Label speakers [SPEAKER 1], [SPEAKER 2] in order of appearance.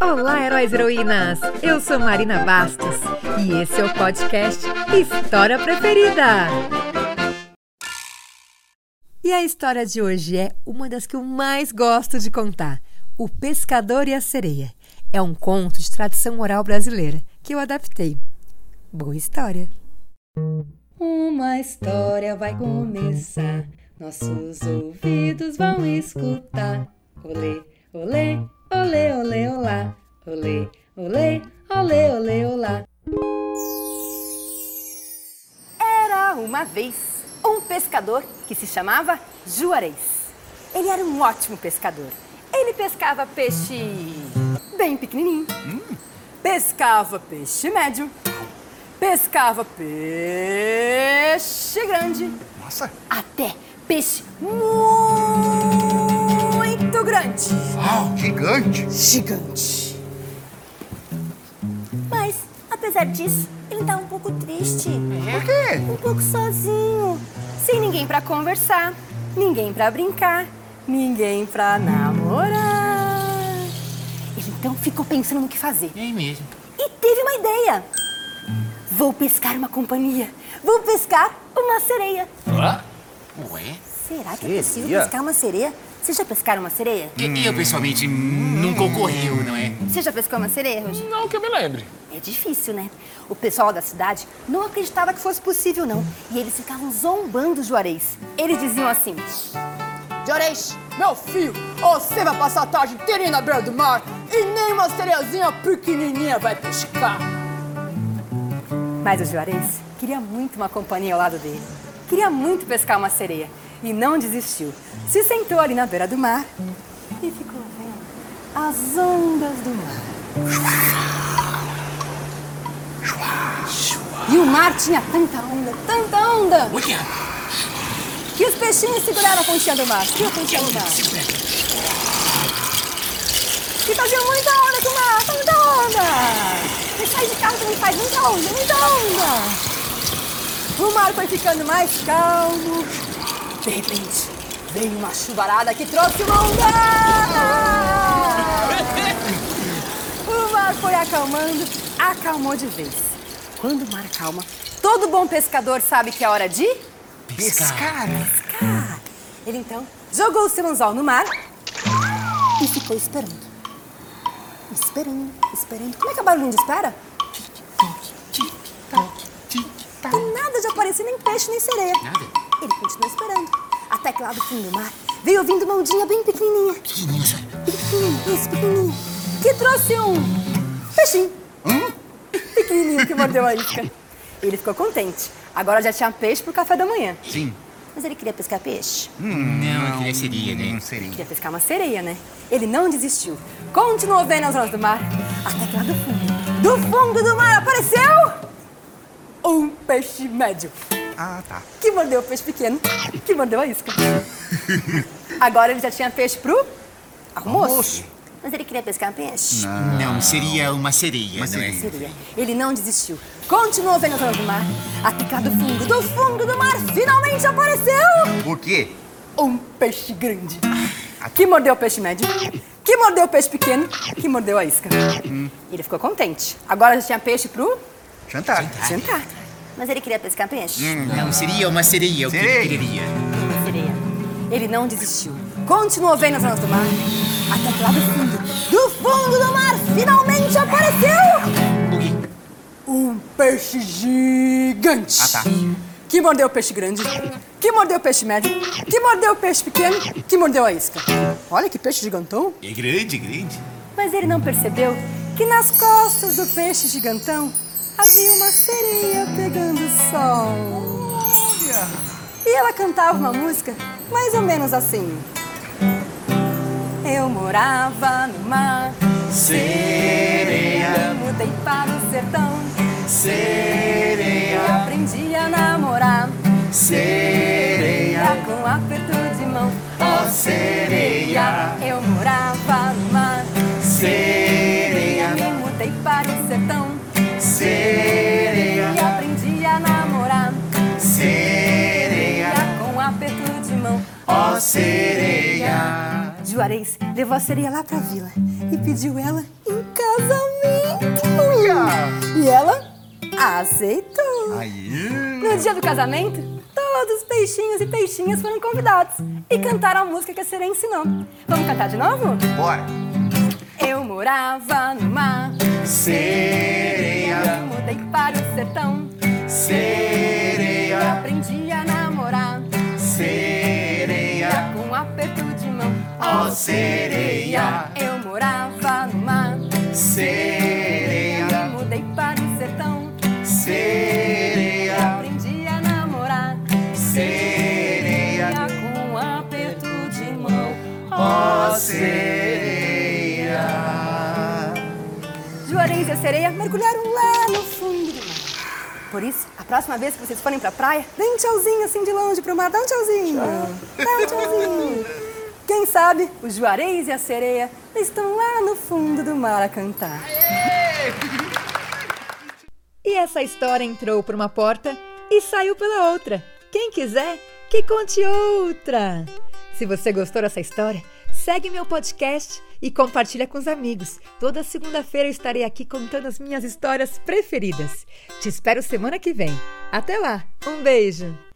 [SPEAKER 1] Olá, heróis e heroínas! Eu sou Marina Bastos e esse é o podcast História Preferida. E a história de hoje é uma das que eu mais gosto de contar: O Pescador e a Sereia. É um conto de tradição oral brasileira que eu adaptei. Boa história! Uma história vai começar, nossos ouvidos vão escutar. Olê, olê, olê, olê, olá. Olê, olê, olê, olê, olá.
[SPEAKER 2] Era uma vez um pescador que se chamava Juarez. Ele era um ótimo pescador. Ele pescava peixe bem pequenininho. Pescava peixe médio. Pescava peixe grande.
[SPEAKER 3] Nossa!
[SPEAKER 2] Até peixe muito grande.
[SPEAKER 3] Uau, gigante!
[SPEAKER 2] Gigante.
[SPEAKER 4] Mas, apesar disso, ele tá um pouco triste,
[SPEAKER 3] Por quê?
[SPEAKER 4] um pouco sozinho.
[SPEAKER 2] Sem ninguém pra conversar, ninguém pra brincar, ninguém pra namorar. Ele então ficou pensando no que fazer
[SPEAKER 5] É mesmo.
[SPEAKER 2] e teve uma ideia. Vou pescar uma companhia. Vou pescar uma sereia.
[SPEAKER 5] Hã? Ué?
[SPEAKER 2] Será que é possível pescar uma sereia? Vocês já pescaram uma sereia?
[SPEAKER 5] E eu pessoalmente nunca ocorreu, não é?
[SPEAKER 2] Você já pescou uma sereia, Roger?
[SPEAKER 5] Não que eu me lembre.
[SPEAKER 2] É difícil, né? O pessoal da cidade não acreditava que fosse possível, não. E eles ficavam zombando Juarez. Eles diziam assim:
[SPEAKER 6] Juarez, meu filho, você vai passar a tarde inteira na beira do mar e nem uma sereiazinha pequenininha vai pescar.
[SPEAKER 2] Mas o Juarez queria muito uma companhia ao lado dele. Queria muito pescar uma sereia. E não desistiu. Se sentou ali na beira do mar e ficou vendo as ondas do mar. E o mar tinha tanta onda, tanta onda,
[SPEAKER 5] Olha!
[SPEAKER 2] que os peixinhos seguraram a pontinha do mar. Que a pontinha do mar. E fazia muita onda com o mar, faz muita onda. E sai de carro também faz muita onda, muita onda. O mar foi ficando mais calmo. De repente, veio uma chuvarada que trouxe uma onda. O mar foi acalmando, acalmou de vez. Quando o mar acalma, todo bom pescador sabe que é hora de
[SPEAKER 5] Pescar.
[SPEAKER 2] pescar. Ele então jogou o seu anzol no mar e ficou esperando. Esperando, esperando. Como é que é o barulhinho de espera? Do nada de aparecer nem peixe nem sereia.
[SPEAKER 5] Nada.
[SPEAKER 2] Ele continuou esperando. Até que lá do fundo do mar veio ouvindo uma ondinha bem pequenininha.
[SPEAKER 5] Pequenininho, só.
[SPEAKER 2] Pequenininho, isso, pequenininho. Que trouxe um peixinho. Pequenininho que mordeu a isca. Ele ficou contente. Agora já tinha peixe pro café da manhã.
[SPEAKER 5] Sim.
[SPEAKER 2] Mas ele queria pescar peixe.
[SPEAKER 5] Não, eu queria seria, né?
[SPEAKER 3] Não sei.
[SPEAKER 2] Queria pescar uma sereia, né? Ele não desistiu. Continuou vendo as ondas do mar. Até que lá do fundo, do fundo do mar apareceu... Um peixe médio.
[SPEAKER 3] Ah, tá.
[SPEAKER 2] Que mordeu o peixe pequeno. Que mordeu a isca. Agora ele já tinha peixe pro... Almoço.
[SPEAKER 4] Mas ele queria pescar peixe?
[SPEAKER 5] Não, seria uma sereia,
[SPEAKER 3] Ah. Uma
[SPEAKER 5] não é?
[SPEAKER 3] sereia.
[SPEAKER 2] Seria. Ele não desistiu. Continuou vendo as ondas do mar. Até que lá do fundo, do fundo do mar, finalmente apareceu...
[SPEAKER 3] Por quê?
[SPEAKER 2] um peixe grande. Que mordeu o peixe médio, que mordeu o peixe pequeno, que mordeu a isca.
[SPEAKER 4] Hum.
[SPEAKER 2] E ele ficou contente. Agora já tinha peixe pro
[SPEAKER 3] Jantar.
[SPEAKER 2] jantar.
[SPEAKER 4] Mas ele queria pescar peixe?
[SPEAKER 5] é? Não, seria uma sereia, é eu
[SPEAKER 3] Sereia.
[SPEAKER 5] queria.
[SPEAKER 2] Uma sereia. Hum. Ele não desistiu. Continuou vendo as ondas do mar. Até que lá do fundo, do fundo do mar, finalmente apareceu
[SPEAKER 5] O quê?
[SPEAKER 2] um peixe gigante.
[SPEAKER 3] Ah, tá.
[SPEAKER 2] Que mordeu o peixe grande, que mordeu o peixe médio, que mordeu o peixe pequeno, que mordeu a isca. Olha que peixe gigantão.
[SPEAKER 5] É grande, grande.
[SPEAKER 2] Mas ele não percebeu que nas costas do peixe gigantão havia uma sereia pegando sol. E ela cantava uma música mais ou menos assim. Eu morava no mar,
[SPEAKER 5] Sereia,
[SPEAKER 2] eu mudei para o sertão, eu
[SPEAKER 5] sereia,
[SPEAKER 2] aprendi a namorar,
[SPEAKER 5] sereia.
[SPEAKER 2] já com aperto de mão.
[SPEAKER 5] Ó sereia,
[SPEAKER 2] Eu morava no mar,
[SPEAKER 5] sereia,
[SPEAKER 2] me mudei para o sertão,
[SPEAKER 5] sereia,
[SPEAKER 2] e aprendi a namorar.
[SPEAKER 5] sereia.
[SPEAKER 2] Sereia com um aperto de mão.
[SPEAKER 5] Ó sereia,
[SPEAKER 2] Juarez levou a sereia lá pra vila e pediu ela em casamento.
[SPEAKER 3] Olha!
[SPEAKER 2] E ela aceitou.
[SPEAKER 3] Aí!
[SPEAKER 2] No dia do casamento, todos os peixinhos e peixinhas foram convidados e cantaram a música que a sereia ensinou. Vamos cantar de novo?
[SPEAKER 3] Bora!
[SPEAKER 2] Eu morava no mar,
[SPEAKER 5] sereia,
[SPEAKER 2] eu mudei para o sertão, eu
[SPEAKER 5] sereia,
[SPEAKER 2] aprendi a namorar
[SPEAKER 5] sereia,
[SPEAKER 2] com um aperto de mão.
[SPEAKER 5] ó sereia,
[SPEAKER 2] Eu morava no mar, eu
[SPEAKER 5] sereia,
[SPEAKER 2] mudei para o sertão,
[SPEAKER 5] sereia,
[SPEAKER 2] aprendi a namorar
[SPEAKER 5] sereia,
[SPEAKER 2] com um aperto de mão.
[SPEAKER 5] ó sereia.
[SPEAKER 2] Juarez e a sereia mergulharam lá no fundo do mar. Por isso, a próxima vez que vocês forem pra praia, dê um tchauzinho assim de longe pro mar. Dá um tchauzinho. Dá um tchauzinho. Quem sabe o Juarez e a sereia estão lá no fundo do mar a cantar.
[SPEAKER 1] E essa história entrou por uma porta e saiu pela outra. Quem quiser, que conte outra. Se você gostou dessa história, segue meu podcast e compartilha com os amigos. Toda segunda-feira eu estarei aqui contando as minhas histórias preferidas. Te espero semana que vem. Até lá, um beijo!